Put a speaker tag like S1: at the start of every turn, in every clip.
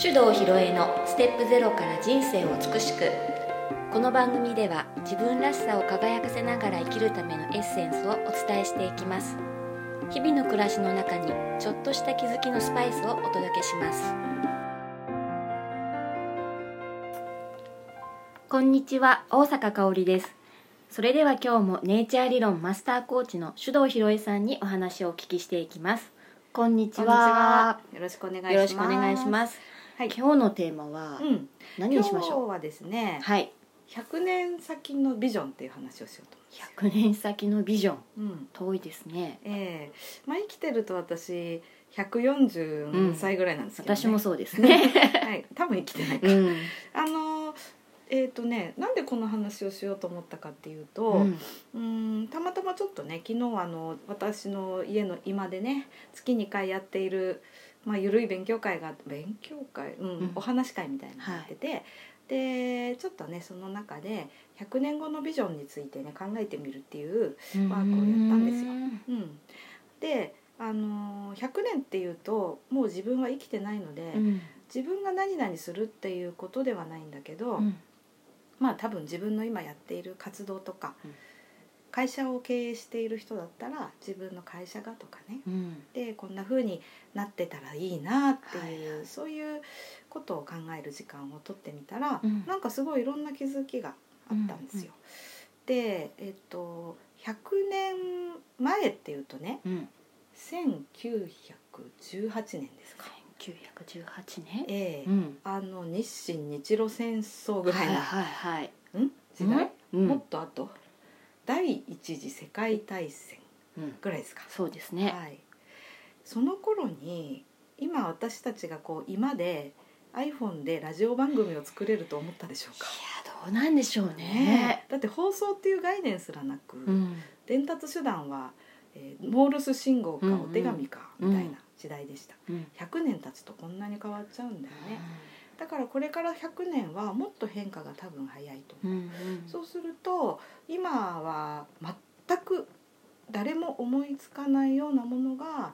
S1: 手動ひろえのステップゼロから人生を美しくこの番組では自分らしさを輝かせながら生きるためのエッセンスをお伝えしていきます日々の暮らしの中にちょっとした気づきのスパイスをお届けしますこんにちは大阪香織ですそれでは今日もネイチャー理論マスターコーチの手動ひろえさんにお話をお聞きしていきますこんにち
S2: こんに
S1: は
S2: ちは。よろしくお願いします。。
S1: よろしくお願いしますす。
S2: はい
S1: 今日のテーマは
S2: うん。
S1: 何に
S2: 今日
S1: しましょう。
S2: はですね、
S1: はい。
S2: 100年先のビジョンっていう話をしようと
S1: 100年先のビジョン
S2: 思うんです。
S1: 遠いですね。
S2: うん。ええまあ生きてると私140歳ぐらいなんですけど、ね
S1: 私もそうですね。
S2: はい、多分生きてないか。
S1: うん。
S2: あのえっ、とね、なんでこの話をしようと思ったかっていうと、
S1: う
S2: うん
S1: ん
S2: たまたまちょっとね昨日あの私の家の今でね月2回やっている、まあ、ゆるい勉強会が勉強会、うん
S1: うん
S2: お話会みたいなのがやってて、でちょっとねその中で100年後のビジョンについてね考えてみるっていう、ワークをやったんですようん、であの100年っていうともう自分は生きてないので、
S1: うん。
S2: 自分が何々するっていうことではないんだけど。
S1: うん
S2: まあ多分自分の今やっている活動とか、
S1: うん
S2: 会社を経営している人だったら自分の会社がとかね
S1: うん。
S2: でこんな風になってたらいいなっていう、
S1: はいはい
S2: そういうことを考える時間を取ってみたら、
S1: うん
S2: なんかすごいいろんな気づきがあったんですよ。でえっと100年前っていうとね
S1: うん。
S2: 1918年ですか。
S1: 1918年。
S2: ええ
S1: うん。
S2: あの日清日露戦争ぐらい
S1: はい
S2: な、
S1: はいはい。
S2: ん時代、
S1: う
S2: も
S1: ん
S2: っ。とあと第一次世界大戦
S1: うん。
S2: ぐらいですか、
S1: そうですね。
S2: はい、その頃に今私たちがこう今で iPhone でラジオ番組を作れると思ったでしょう
S1: い
S2: か、
S1: やどうなんでしょうね。
S2: えだって放送っていう概念すらなく、
S1: うん。
S2: 伝達手段は、えーモールス信号か
S1: うんうん
S2: お手紙かみたいな時代でした、
S1: うん。
S2: 100年経つとこんなに変わっちゃうんだよねだからこれから100年はもっと変化が多分早いと思う
S1: うん。うん。
S2: そうすると今は全く誰も思いつかないようなものが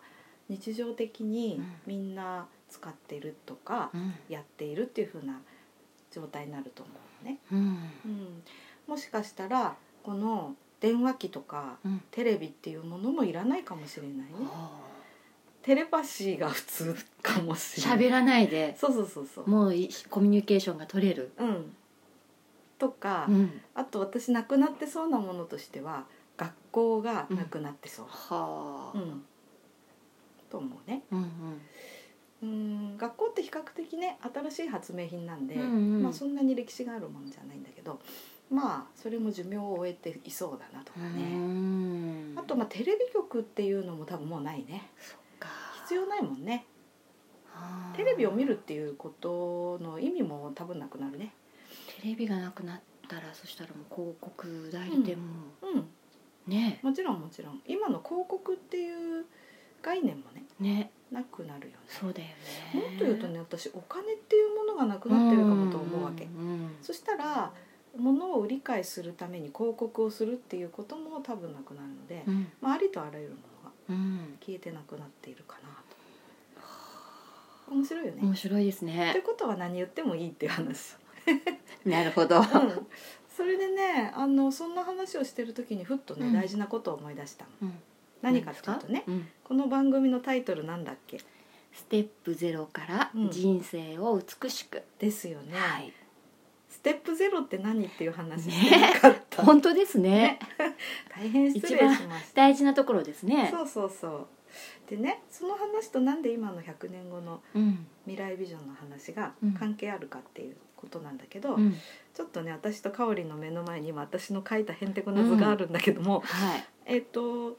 S2: 日常的にみんな使っているとか
S1: うん。
S2: やっているっていう風な状態になると思うのね。
S1: うん。
S2: うん、もしかしたらこの電話機とか
S1: うん。
S2: テレビっていうものもいらないかもしれないね。
S1: はあ
S2: テレパシーが普通かもしれない。
S1: 喋らないで
S2: そうそうそうそう。
S1: もういコミュニケーションが取れる、
S2: うん。とか、
S1: うん、
S2: あと私なくなってそうなものとしては学校がなくなってそう、
S1: は
S2: うん
S1: あ、
S2: と思うね
S1: うん
S2: うん学校って比較的ね新しい発明品なんで、
S1: うんうん
S2: まあ、そんなに歴史があるものじゃないんだけどまあそれも寿命を終えていそうだなとか
S1: う
S2: ね、
S1: ん、
S2: あとまあテレビ局っていうのも多分もうないね
S1: か
S2: 必要ないもんね
S1: はあ
S2: テレビを見るっていうことの意味も多分なくなるね
S1: テレビがなくなったらそしたらもう広告代理店も、
S2: うん
S1: ね
S2: もちろんもちろん今の広告っていう概念もね
S1: ね
S2: なくなるよね
S1: そうだよね
S2: もっと言うとね私お金っていうものがなくなってるかもと思うわけ、
S1: んうんうん
S2: そしたら物を売り買いするために広告をするっていうことも多分なくなるので、
S1: うん
S2: まあ、ありとあらゆるものが
S1: うん
S2: 消えてなくなっているかなと面白いよね、
S1: 面白いです
S2: という
S1: ね
S2: ことは何言ってもいいっていう話、
S1: なるほど
S2: うん それでねあのそんな話をしてる時にふっとね、
S1: うん
S2: 大事なことを思い出したの
S1: うん
S2: 何かっていうとね
S1: 何ですか
S2: この番組のタイトルなんだっけ
S1: うんステップゼロから
S2: うん
S1: 人生を美しく、
S2: ですよね、
S1: はい
S2: ステップゼロって何っていう話してなかった、
S1: 本当ですね
S2: 大変失礼しました
S1: 大事なところですね
S2: そうそうそうでねその話となんで今の100年後の
S1: うん
S2: 未来ビジョンの話が
S1: うん
S2: 関係あるかっていうことなんだけど、
S1: うん
S2: ちょっとね私と香りの目の前に今私の書いたへんてこな図があるんだけども、
S1: はい
S2: えっ、と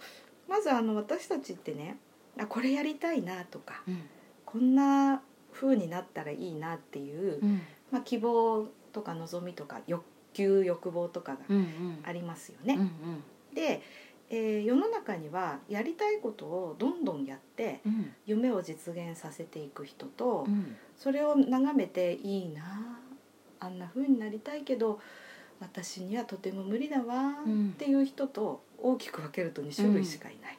S2: まずあの私たちってねあこれやりたいなとか
S1: うん
S2: こんな風になったらいいなっていう、
S1: うん
S2: まあ、希望とか望みとか欲求欲望とかが
S1: うんうん
S2: ありますよね。
S1: うん
S2: で、えー世の中にはやりたいことをどんどんやって
S1: うん
S2: 夢を実現させていく人と、
S1: うん
S2: それを眺めていいなああんな風になりたいけど私にはとても無理だわ
S1: うん
S2: っていう人と大きく分けると2種類しかいない。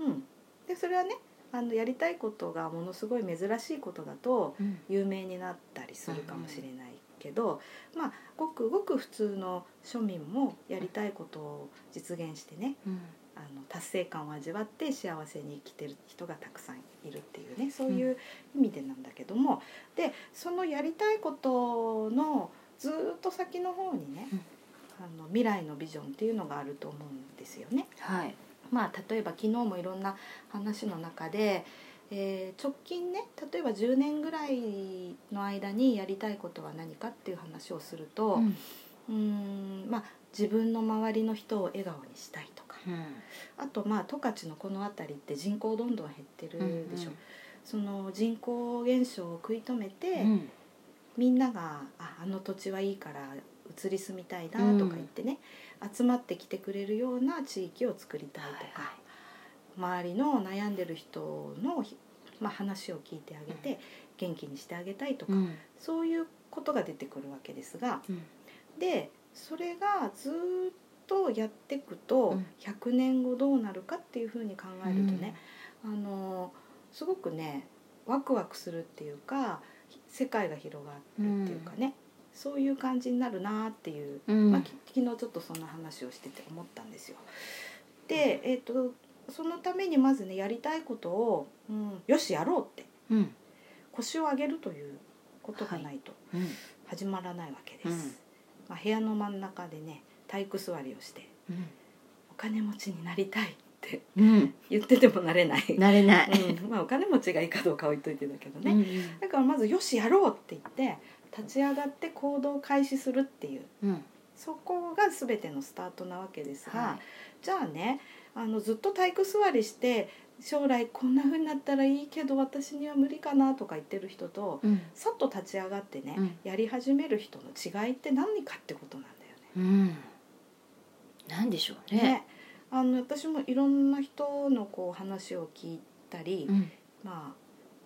S2: うんでそれはねあのやりたいことがものすごい珍しいことだと有名になったりするかもしれないけど、まあごくごく普通の庶民もやりたいことを実現してねあの達成感を味わって幸せに生きてる人がたくさんいるっていうねそういう意味でなんだけども、でそのやりたいことのずっと先の方にね、
S1: うん
S2: あの未来のビジョンっていうのがあると思うんですよね。
S1: はい
S2: まあ、例えば昨日もいろんな話の中で、えー直近ね例えば10年ぐらいの間にやりたいことは何かっていう話をすると、うーんまあ、自分の周りの人を笑顔にしたいとかあとまあ十勝のこの辺りって人口どんどん減ってるでしょ、その人口減少を食い止めて、
S1: うん
S2: みんながああの土地はいいから移り住みたいなとか言ってね、集まってきてくれるような地域を作りたいとか。
S1: はい
S2: 周りの悩んでる人のひ、まあ、話を聞いてあげて元気にしてあげたいとか、
S1: うん
S2: そういうことが出てくるわけですが
S1: うん
S2: でそれがずっとやっていくと、
S1: うん
S2: 100年後どうなるかっていうふうに考えるとね、あのすごくねワクワクするっていうかひ世界が広がるっていうかね、そういう感じになるなっていう
S1: うん
S2: まあ、き昨日ちょっとそんな話をしてて思ったんですよ。で、えー、とそのためにまずねやりたいことを、うん、よしやろうって
S1: うん
S2: 腰を上げるということがないと
S1: うん
S2: 始まらないわけです。
S1: うん
S2: まあ、部屋の真ん中でね体育座りをして「お金持ちになりたい」って
S1: うん
S2: 言っててもなれない、う
S1: なれない
S2: んまあ、お金持ちがいいかどうか置いといてだけどね、
S1: うん
S2: だからまず「よしやろう」って言って立ち上がって行動を開始するっていう
S1: うん
S2: そこが全てのスタートなわけですが。
S1: は
S2: じゃあねあのずっと体育座りして将来こんな風になったらいいけど私には無理かなとか言ってる人と
S1: いうん
S2: さっと立ち上がってね、
S1: うん
S2: やり始める人の違いって何かってことなんだ
S1: うんなんでしょう
S2: よね。
S1: ね
S2: ねあの私もいろんな人のこう話を聞いたり、
S1: うん
S2: まあ、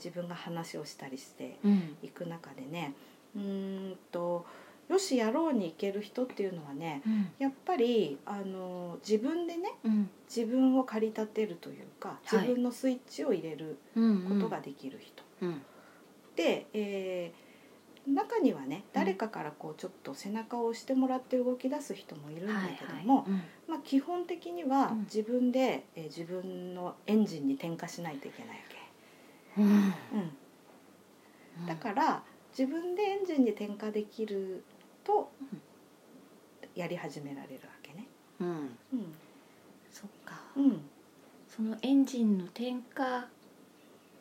S2: 自分が話をしたりして
S1: うん
S2: いく中でねうーんとよしやろうに行ける人っていうのはね
S1: うん
S2: やっぱりあの自分でね
S1: うん
S2: 自分を駆り立てるというか
S1: い
S2: 自分のスイッチを入れる
S1: うん
S2: ことができる人、
S1: うん
S2: で、えー中にはね誰かからこうちょっと背中を押してもらって動き出す人もいるんだ
S1: はい
S2: けど
S1: はい
S2: も、
S1: うん
S2: まあ、基本的には
S1: うん
S2: 自分で、えー自分のエンジンに転化しないといけないわ
S1: うん
S2: け、うん、だから自分でエンジンに転化できると
S1: うん
S2: やり始められるわけね。
S1: らうん
S2: うん
S1: そっか
S2: うん
S1: そのエンジンの転換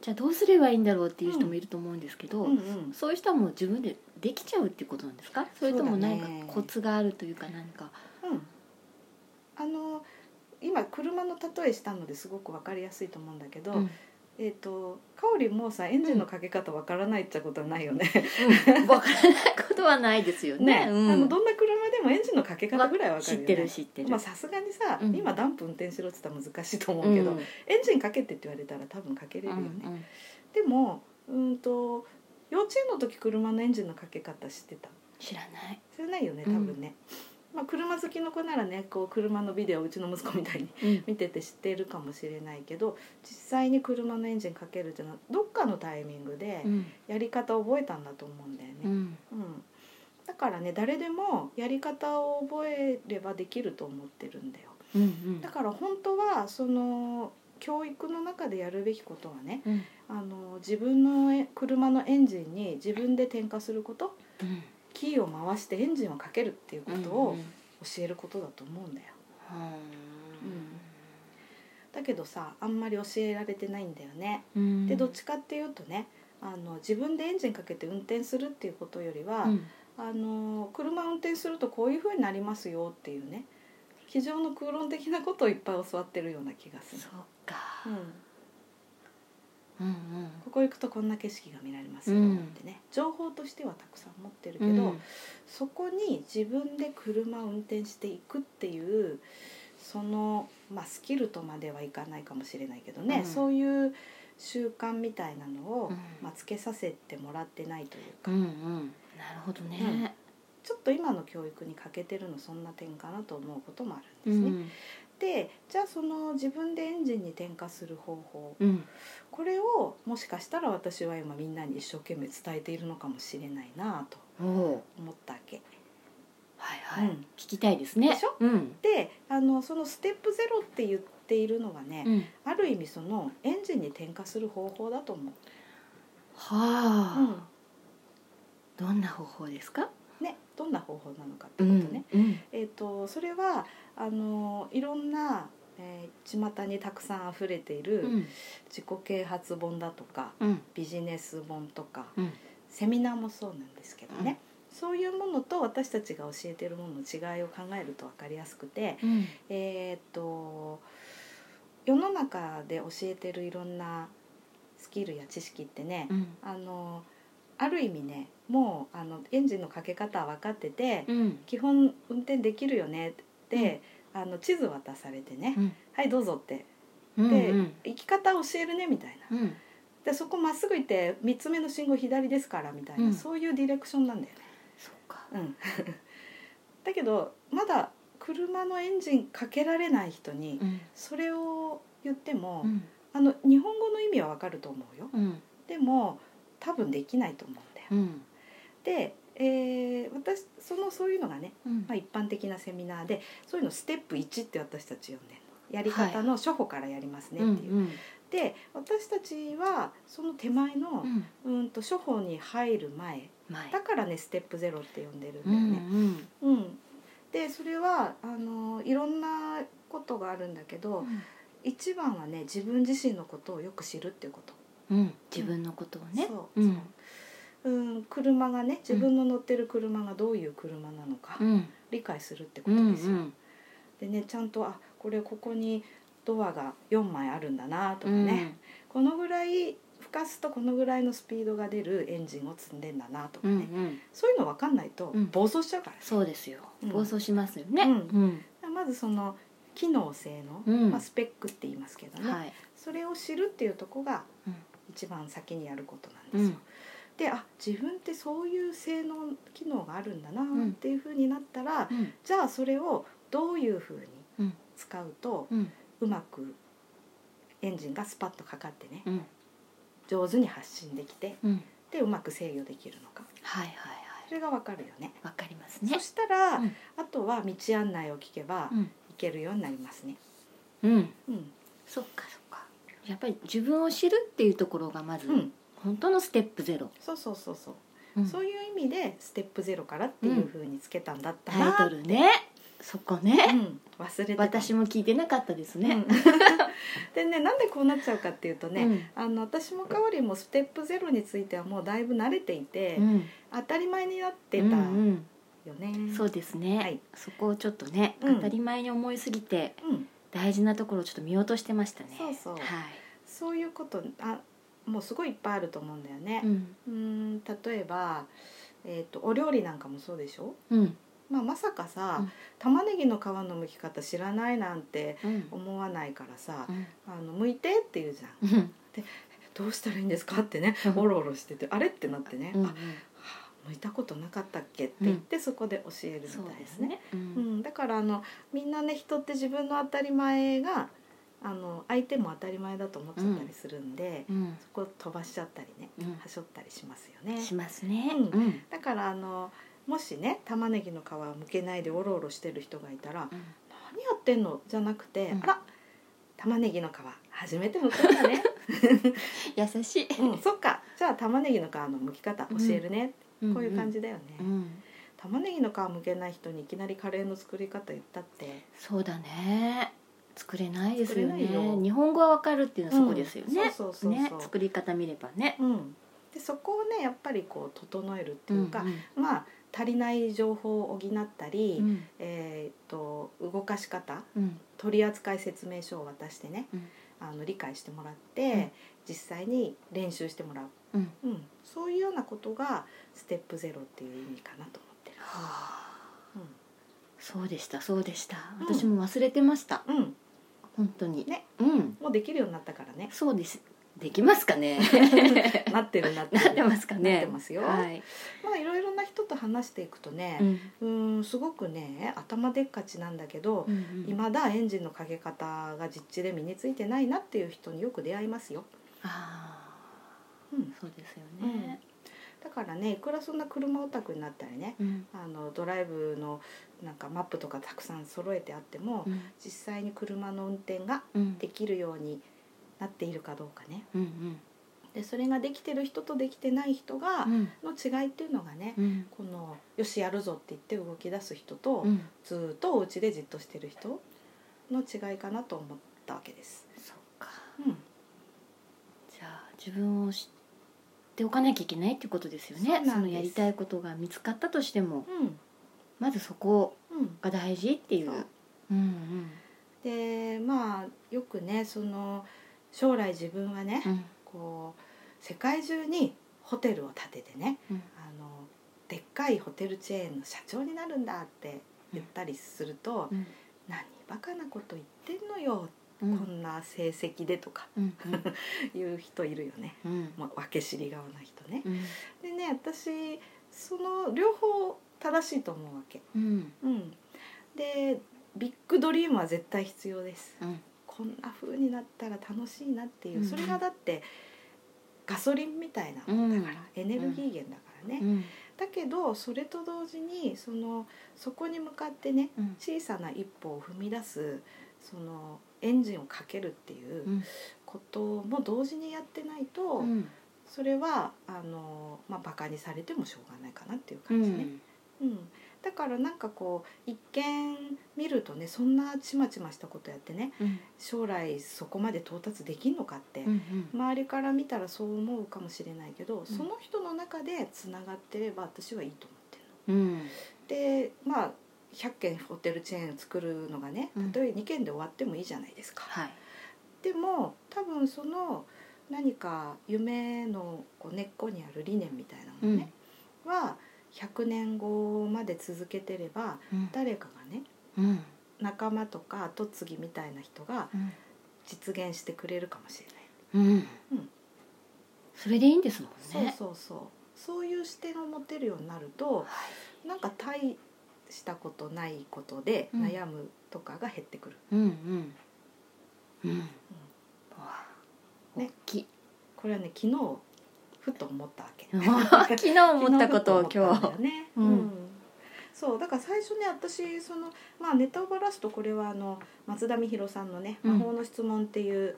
S1: じゃあどうすればいいんだろうっていう人もいると思うんですけど、
S2: うんうん
S1: そういう人はもう自分でできちゃうっていうことなんですかそれとも何か
S2: そうだね
S1: コツがあるというか何か
S2: うん、あの今車の例えしたのですごく分かりやすいと思うんだけど、
S1: うん
S2: えっ、とかおりもうさエンジンのかけ方分からないっちゃことはないよね。
S1: うんわからないことはないですよね
S2: ね、
S1: うん
S2: あのどんな車でもエンジンのかけ方ぐらい分かるよ、ね。
S1: 知ってる知ってる、
S2: まあさすがにさ、
S1: うん
S2: 今ダンプ運転しろって言ったら難しいと思
S1: うん
S2: うけど、エンジンかけてって言われたら多分かけれるよね。でもうんと幼稚園の時車のエンジンのかけ方知ってた
S1: 知らない
S2: それないよね多分ね、まあ、車好きの子ならねこう車のビデオうちの息子みたいに
S1: うん
S2: 見てて知ってるかもしれないけど実際に車のエンジンかけるっていうのはどっかのタイミングで
S1: うん
S2: やり方を覚えたんだと思うんだよ
S1: う
S2: ね。
S1: ん
S2: うんだからね誰でもやり方を覚えればできると思ってるんだよ。
S1: うん
S2: だから本当はその教育の中でやるべきことはね
S1: うん
S2: あの自分のえ車のエンジンに自分で転化すること
S1: うん
S2: キーを回してエンジンをかけるっていうこと
S1: う
S2: を
S1: んうん
S2: 教えることだと思うんだよ。
S1: は
S2: だけどさあんまり教えられてないんだよね。
S1: ーうん
S2: でどっちかっていうとねあの自分でエンジンかけて運転するっていうことよりは、
S1: うん
S2: あの車運転するとこういう風になりますよっていうね非常の空論的なことをいっぱい教わってるような気がす
S1: そ
S2: る
S1: う、か
S2: うん、
S1: うんうん
S2: ここ行くとこんな景色が見られますよってね、情報としてはたくさん持ってるけど、
S1: うん
S2: そこに自分で車を運転していくっていうその、まあ、スキルとまではいかないかもしれないけどね、
S1: うん
S2: そういう習慣みたいなのを、
S1: うん
S2: まあ、つけさせてもらってないという
S1: う
S2: か、
S1: んうんなるほどね
S2: ちょっと今の教育に欠けてるのそんな点かなと思うこともあるん
S1: う
S2: ですね。
S1: ん
S2: でじゃあその自分でエンジンに転化する方法
S1: うん
S2: これをもしかしたら私は今みんなに一生懸命伝えているのかもしれないなと
S1: おお
S2: 思ったわけ。
S1: はいはい、
S2: うん
S1: 聞きたいですね
S2: でしょ
S1: うん
S2: であのそのステップゼロって言っているのはね、
S1: うん
S2: ある意味そのエンジンに転化する方法だと思う。
S1: はあ、
S2: うん
S1: どんな方法ですか
S2: ね、どんな方法なのかってことね。
S1: うん
S2: えー、とそれはあのいろんな、えー、巷にたくさん溢れていうる
S1: ん
S2: 自己啓発本だとか
S1: うん
S2: ビジネス本とか
S1: うん
S2: セミナーもそうなんですけどね、そういうものと私たちが教えてるものの違いを考えると分かりやすくて、
S1: うん
S2: えー、と世の中で教えてるいろんなスキルや知識ってね、
S1: うん
S2: あのある意味ねもうあのエンジンのかけ方は分かってて、
S1: うん
S2: 基本運転できるよねって、あの地図渡されてね、
S1: うん
S2: はいどうぞって
S1: うん
S2: で、
S1: うん
S2: 行き方教えるねみたいな
S1: うん
S2: でそこまっすぐ行って3つ目の信号左ですからみたいな、
S1: うん
S2: そういうディレクションなんだよね。
S1: そっか
S2: うん だけどまだ車のエンジンかけられない人に
S1: うん
S2: それを言っても、
S1: うん
S2: あの日本語の意味はわかると思うよ
S1: うん
S2: でも多分できないと思うんだよ。
S1: うん
S2: で、えー私そのそういうのがね
S1: うん
S2: まあ、一般的なセミナーでそういうのステップ1って私たち呼んでるのやり方の初歩からやりますね
S1: うん
S2: っていう。で私たちはその手前の
S1: うんうん
S2: うんと初歩に入る前
S1: 前
S2: だからねステップゼロって呼んでるんだ
S1: うん
S2: よ
S1: う
S2: ね。
S1: ん
S2: うんでそれはあのいろんなことがあるんだけど一番はね自分自身のことをよく知るっていうこと。
S1: うん自分のことをね
S2: そううんうん、車がね自分の乗ってる車がどういう車なのか
S1: うん
S2: 理解するってこ
S1: うんう
S2: と
S1: ん
S2: ですよ。でねちゃんとあこれここにドアが4枚あるんだなとかね、このぐらい吹かすとこのぐらいのスピードが出るエンジンを積んでんだなとか
S1: うんう
S2: ね、
S1: ん
S2: そういうの分かんないと
S1: うん
S2: 暴走しちゃうからね、
S1: そうですよ
S2: うん
S1: 暴走しますよね
S2: うん
S1: うん
S2: まずその機能性の、
S1: うん
S2: まあ、スペックって言いますけどね、
S1: はい
S2: それを知るっていうとこが
S1: うん
S2: 一番先にやることなんで
S1: う
S2: すよ。
S1: ん
S2: であ自分ってそういう性能機能があるんだなっ
S1: ん
S2: ていうふうになったら、
S1: うん
S2: じゃあそれをどういうふうに
S1: うん
S2: 使うと
S1: うん
S2: うまくエンジンがスパッとかかってね
S1: うん
S2: 上手に発進できて
S1: うん
S2: でうまく制御できるのか
S1: はいはいはい
S2: それがわかるよね
S1: わかりますね
S2: そしたら、
S1: うん
S2: あとは道案内を聞けば
S1: うん
S2: 行けるようになりますね、
S1: うん
S2: うん
S1: そっかそっかやっぱり自分を知るっていうところがまず
S2: うん、
S1: 本当のステップゼロ
S2: そうそうそうそう、
S1: うん
S2: そういう意味でステップゼロからっていうふうにつけたんだった
S1: タイ
S2: な、
S1: トルねそこね
S2: うん、忘れてた
S1: 私も聞いてなかったです
S2: う
S1: ね
S2: ん でねなんでこうなっちゃうかっていうとね、あの私も代わりもステップゼロについてはもうだいぶ慣れていて、
S1: うんうん
S2: 当たり前になってた
S1: う
S2: よね、
S1: んうんそうですね、
S2: はい
S1: そこをちょっとね
S2: うん
S1: 当たり前に思いすぎて
S2: うん、
S1: 大事なところをちょっと見落としてましたね
S2: そうそう
S1: はい
S2: そういうことあもうすごいいっぱいあると思うんだよね
S1: う。ん
S2: うーん例えば、えー、とお料理なんかもそうでしょ、
S1: うん
S2: まあ、まさかさ、
S1: うん
S2: 玉ねぎの皮の剥き方知らないなんて
S1: うん
S2: 思わないからさ
S1: うん
S2: 「あの剥いて」って言うじゃん。
S1: うん
S2: どうしたらいいんですかってね
S1: うん
S2: おろおろしててあれってなってね「
S1: うん
S2: あはあ剥いたことなかったっけ?」って言って、そこで教えるみた
S1: そう
S2: い
S1: です
S2: なね。
S1: ねう
S2: うんん、だからあのみんなね人って自分の当たり前があの相手も当たり前だと思っちゃったりするんで、
S1: うん
S2: そこ飛ばしちゃったりね
S1: うん
S2: はしょったりしますよね。
S1: しますね
S2: うん
S1: うん
S2: だからあのもしね玉ねぎの皮をむけないでおろおろしてる人がいたら
S1: うん
S2: 「何やってんの?」じゃなくて
S1: う
S2: 「
S1: ん
S2: あら玉ねぎの皮初めてむくんだ ね、
S1: 優しい
S2: うん、そっかじゃあ玉ねぎの皮のむき方教えるね」こういう感
S1: じ
S2: じだよね。
S1: うん
S2: 玉ねぎの皮むけない人にいきなりカレーの作り方言ったって
S1: そうだね作れないですよね
S2: 作れないよ
S1: 日本語はわかるっていうのはそこですよ
S2: うん
S1: ね
S2: そうそうそう
S1: ね
S2: そう、
S1: 作り方見ればね
S2: うん、でそこをねやっぱりこう整えるっていうか、
S1: ん
S2: まあ足りない情報を補ったり、
S1: うん
S2: えーっと動かし方
S1: うん
S2: 取扱説明書を渡してね、
S1: うん
S2: あの理解してもらって、
S1: うん
S2: 実際に練習してもらう、
S1: うん
S2: うん、そういうようなことがステップゼロっていう意味かなと思って
S1: はあ
S2: る。
S1: そうでしたそうでした
S2: うん
S1: 私も忘れてました、
S2: うん、うん、
S1: 本当に
S2: ね
S1: うん
S2: もうできるようになったか らね
S1: そうですできますかね
S2: なってるなって
S1: なって
S2: る
S1: ますかね
S2: なってますよ
S1: はい
S2: まあいろいろな人と話していくとね、
S1: ん
S2: うん、すごくね頭でっかちなんだけど、
S1: うん
S2: いまだエンジンのかけ方が実地で身についてないなっていう人によく出会いますよ。
S1: ああ、
S2: うん
S1: そうですよね。
S2: だからねいくらそんな車オタクになったりね
S1: うん
S2: あのドライブのなんかマップとかたくさん揃えてあっても、
S1: うん
S2: 実際に車の運転が
S1: うん
S2: できるようになっているかどうかね
S1: うん
S2: でそれができてる人とできてない人が
S1: うん
S2: の違いっていうのがね、
S1: うん
S2: このよしやるぞって言って動き出す人と、
S1: うん
S2: ずーっとお家でじっとしてる人の違いかなと思ったわけです。
S1: そっか。
S2: うん
S1: じゃあ自分を知っておかなきゃいけないっていうことですよ
S2: そう
S1: ね
S2: なん。
S1: そ
S2: です
S1: のやりたいことが見つかったとしても、
S2: うん
S1: まずそこ
S2: うん、
S1: が大事っていう。
S2: そう
S1: うん
S2: でまあよくねその将来自分はね、
S1: うんうん
S2: こう世界中にホテルを建ててね
S1: うん
S2: あのでっかいホテルチェーンの社長になるんだって言ったりすると
S1: うん
S2: 「何バカなこと言ってんのよ、
S1: うん
S2: こんな成績で」とか
S1: うん
S2: いう人いるよね、
S1: うん
S2: まあ、分け知り顔な人ね。
S1: うん
S2: でね私その両方正しいと思うわけ。
S1: うん
S2: うん、でビッグドリームは絶対必要です。
S1: うん
S2: こんな風になったら楽しいなっていう、
S1: うん
S2: それがだってガソリンみたいなもんだから、エネルギー源だからね、
S1: うん
S2: だけどそれと同時にそのそこに向かってね
S1: うん
S2: 小さな一歩を踏み出すそのエンジンをかけるっていう
S1: うん
S2: ことも同時にやってないと、
S1: うん
S2: それはあの、まあ、バカにされてもしょうがないかなっていう
S1: う
S2: 感じね。
S1: ん
S2: うんだからなんかこう一見見るとねそんなちまちましたことやってね
S1: うん
S2: 将来そこまで到達できんのかって、
S1: うん
S2: 周りから見たらそう思うかもしれないけど、その人の中でつながってれば私はいいと思ってるの。
S1: うん
S2: でまあ100軒ホテルチェーン作るのがね
S1: うん
S2: 例えば2軒で終わってもいいじゃないですか。
S1: はい
S2: でも多分その何か夢のこう根っこにある理念みたいなものね、は100年後まで続けてれば
S1: うん
S2: 誰かがね
S1: うん
S2: 仲間とか後継ぎみたいな人が
S1: うん
S2: 実現してくれるかもしれない。
S1: うん
S2: うん
S1: それでいいんですも
S2: そ
S1: ん
S2: う
S1: ね。
S2: そうそうそういう視点を持てるようになるとなんか大したことないことで
S1: うん
S2: 悩むとかが減ってくる、
S1: うんうんうん。わあ大
S2: ね
S1: きい。
S2: これはね昨日ふと思ったわけ
S1: 昨日思ったことを
S2: 昨日ふ
S1: 今
S2: 思ったんだ
S1: 日。
S2: よね、
S1: うん
S2: そうだから最初ね私そのまあネタをばらすとこれはあの松田美弘さんのね「
S1: うん
S2: 魔法の質問」っていう、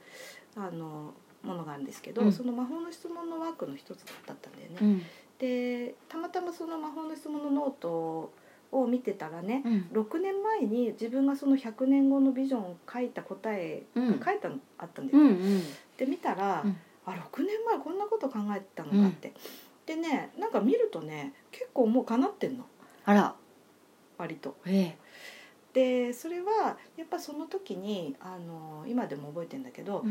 S2: あのものがあるんですけど、
S1: うん
S2: その魔法の質問のワークの一つだったんだよね。
S1: うん
S2: でたまたまその魔法の質問のノートを見てたらね、
S1: うん
S2: 6年前に自分がその100年後のビジョンを書いた答え
S1: うん
S2: 書いたのあったんだ
S1: う
S2: よ、
S1: んうん
S2: で見たら、
S1: うん
S2: あ6年前こんなこと考えてたのかって、でねなんか見るとね結構もう叶ってんの
S1: あら
S2: 割と。
S1: え
S2: でそれはやっぱその時にあの今でも覚えてんだけ
S1: え
S2: ど、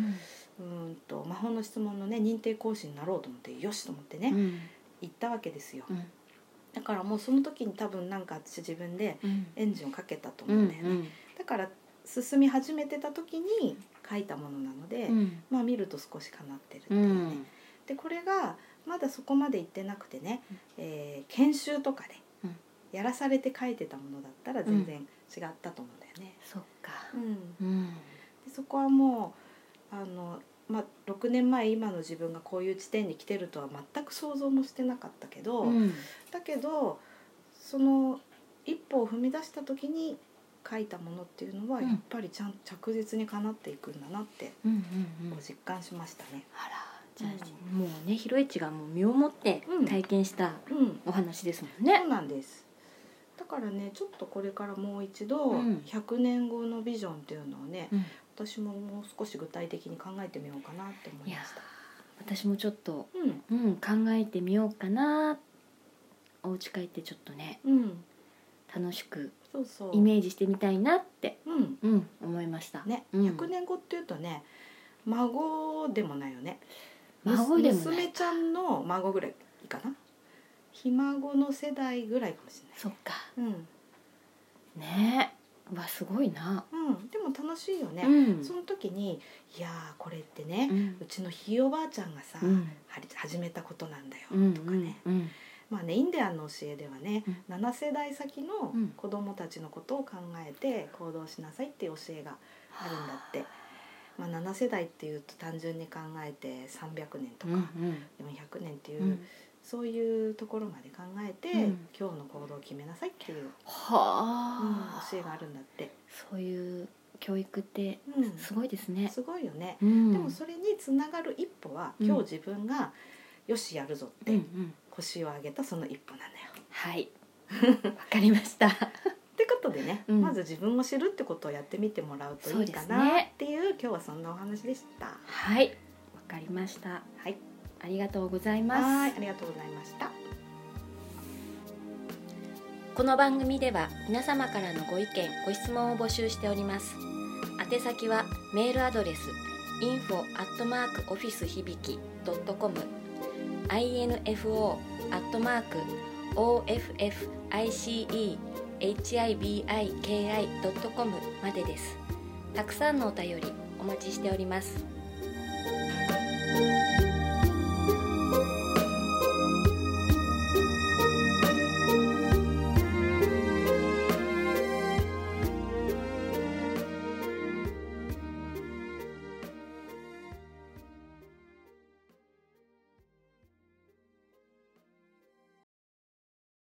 S2: うーんと魔法の質問のね認定講師になろうと思ってよしと思ってね、
S1: うん
S2: 行ったわけですよ
S1: うん
S2: だからもうその時に多分なんか私自分で
S1: うん
S2: エンジンをかけたと
S1: う
S2: 思うんんだよね、だから進み始めてた時に書いたものなので、
S1: うん
S2: まあ見ると少しかなってるって
S1: う
S2: いうね、
S1: ん
S2: でこれがまだそこまで行ってなくてね、えー研修とかで、
S1: うん
S2: やらされて書いてたものだったら全然違ったと思うんだよね。
S1: そっか。
S2: うん
S1: うん
S2: でそこはもうあの、まあ、6年前今の自分がこういう地点に来てるとは全く想像もしてなかったけど、
S1: うん
S2: だけどその一歩を踏み出した時に書いたものっていうのは
S1: うん
S2: やっぱりちゃん着実にかなっていくんだなって
S1: うんうんうん
S2: こう実感しましたね。
S1: あらじゃあもうねひろいちがもう身をもって体験した
S2: うん
S1: お話ですもんね
S2: そう。なんですだからねちょっとこれからもう一度
S1: うん
S2: 100年後のビジョンっていうのをね、
S1: うん
S2: 私ももう少し具体的に考えてみようかなって思
S1: い
S2: い
S1: や
S2: ました。
S1: 私もちょっと
S2: うん
S1: うん、考えてみようかなお家帰ってちょっとね
S2: うん、
S1: 楽しく
S2: そうそう。
S1: イメージしてみたいなって、
S2: うん、
S1: うん、思いました、
S2: ね、
S1: うん
S2: 100年後っていうとね、孫でもないよね。
S1: 孫でもない
S2: 娘ちゃんの孫ぐらいかな。ひ孫の世代ぐらいかもし
S1: そっか
S2: れない。
S1: ねえわすごいな、
S2: うん、うん、でも楽しいよね
S1: う。ん
S2: その時にいやーこれってね、
S1: う
S2: うんちのひいおばあちゃんがさ、
S1: うん
S2: はり始めたことなんだよ、
S1: うん
S2: とかね
S1: うん
S2: まあね、インディアンの教えではね、
S1: う
S2: 7世代先の
S1: うん
S2: 子供たちのことを考えて行動しなさいっていう教えがあるんだって、まあ、7世代っていうと単純に考えて300年とか、
S1: うん
S2: 400年っていうう、
S1: んうん
S2: そういうところまで考えて、
S1: うん
S2: 今日の行動を決めなさいっていう、うん
S1: はあ、
S2: 教えがあるんだって、
S1: そういう教育って
S2: うん、
S1: すごいですね。
S2: すごいよね。
S1: うん
S2: でもそれにつながる一歩は、
S1: うん
S2: 今日自分がよしやるぞっ
S1: うんう
S2: て
S1: ん、
S2: 腰を上げたその一歩なんだよ。
S1: はい、わかりました。
S2: ってことでね、
S1: うん
S2: まず自分を知るってことをやってみてもらうとい
S1: そう
S2: いか
S1: です
S2: なっ
S1: ね
S2: ていう今日はそんなお話でした。
S1: はい、わかりました。
S2: はい、
S1: ありがとうございます。
S2: はいありがとうございました。
S1: この番組では皆様からのご意見ご質問を募集しております宛先はメールアドレス info office 響き .com info officehibiki.com までですたくさんのお便りお待ちしております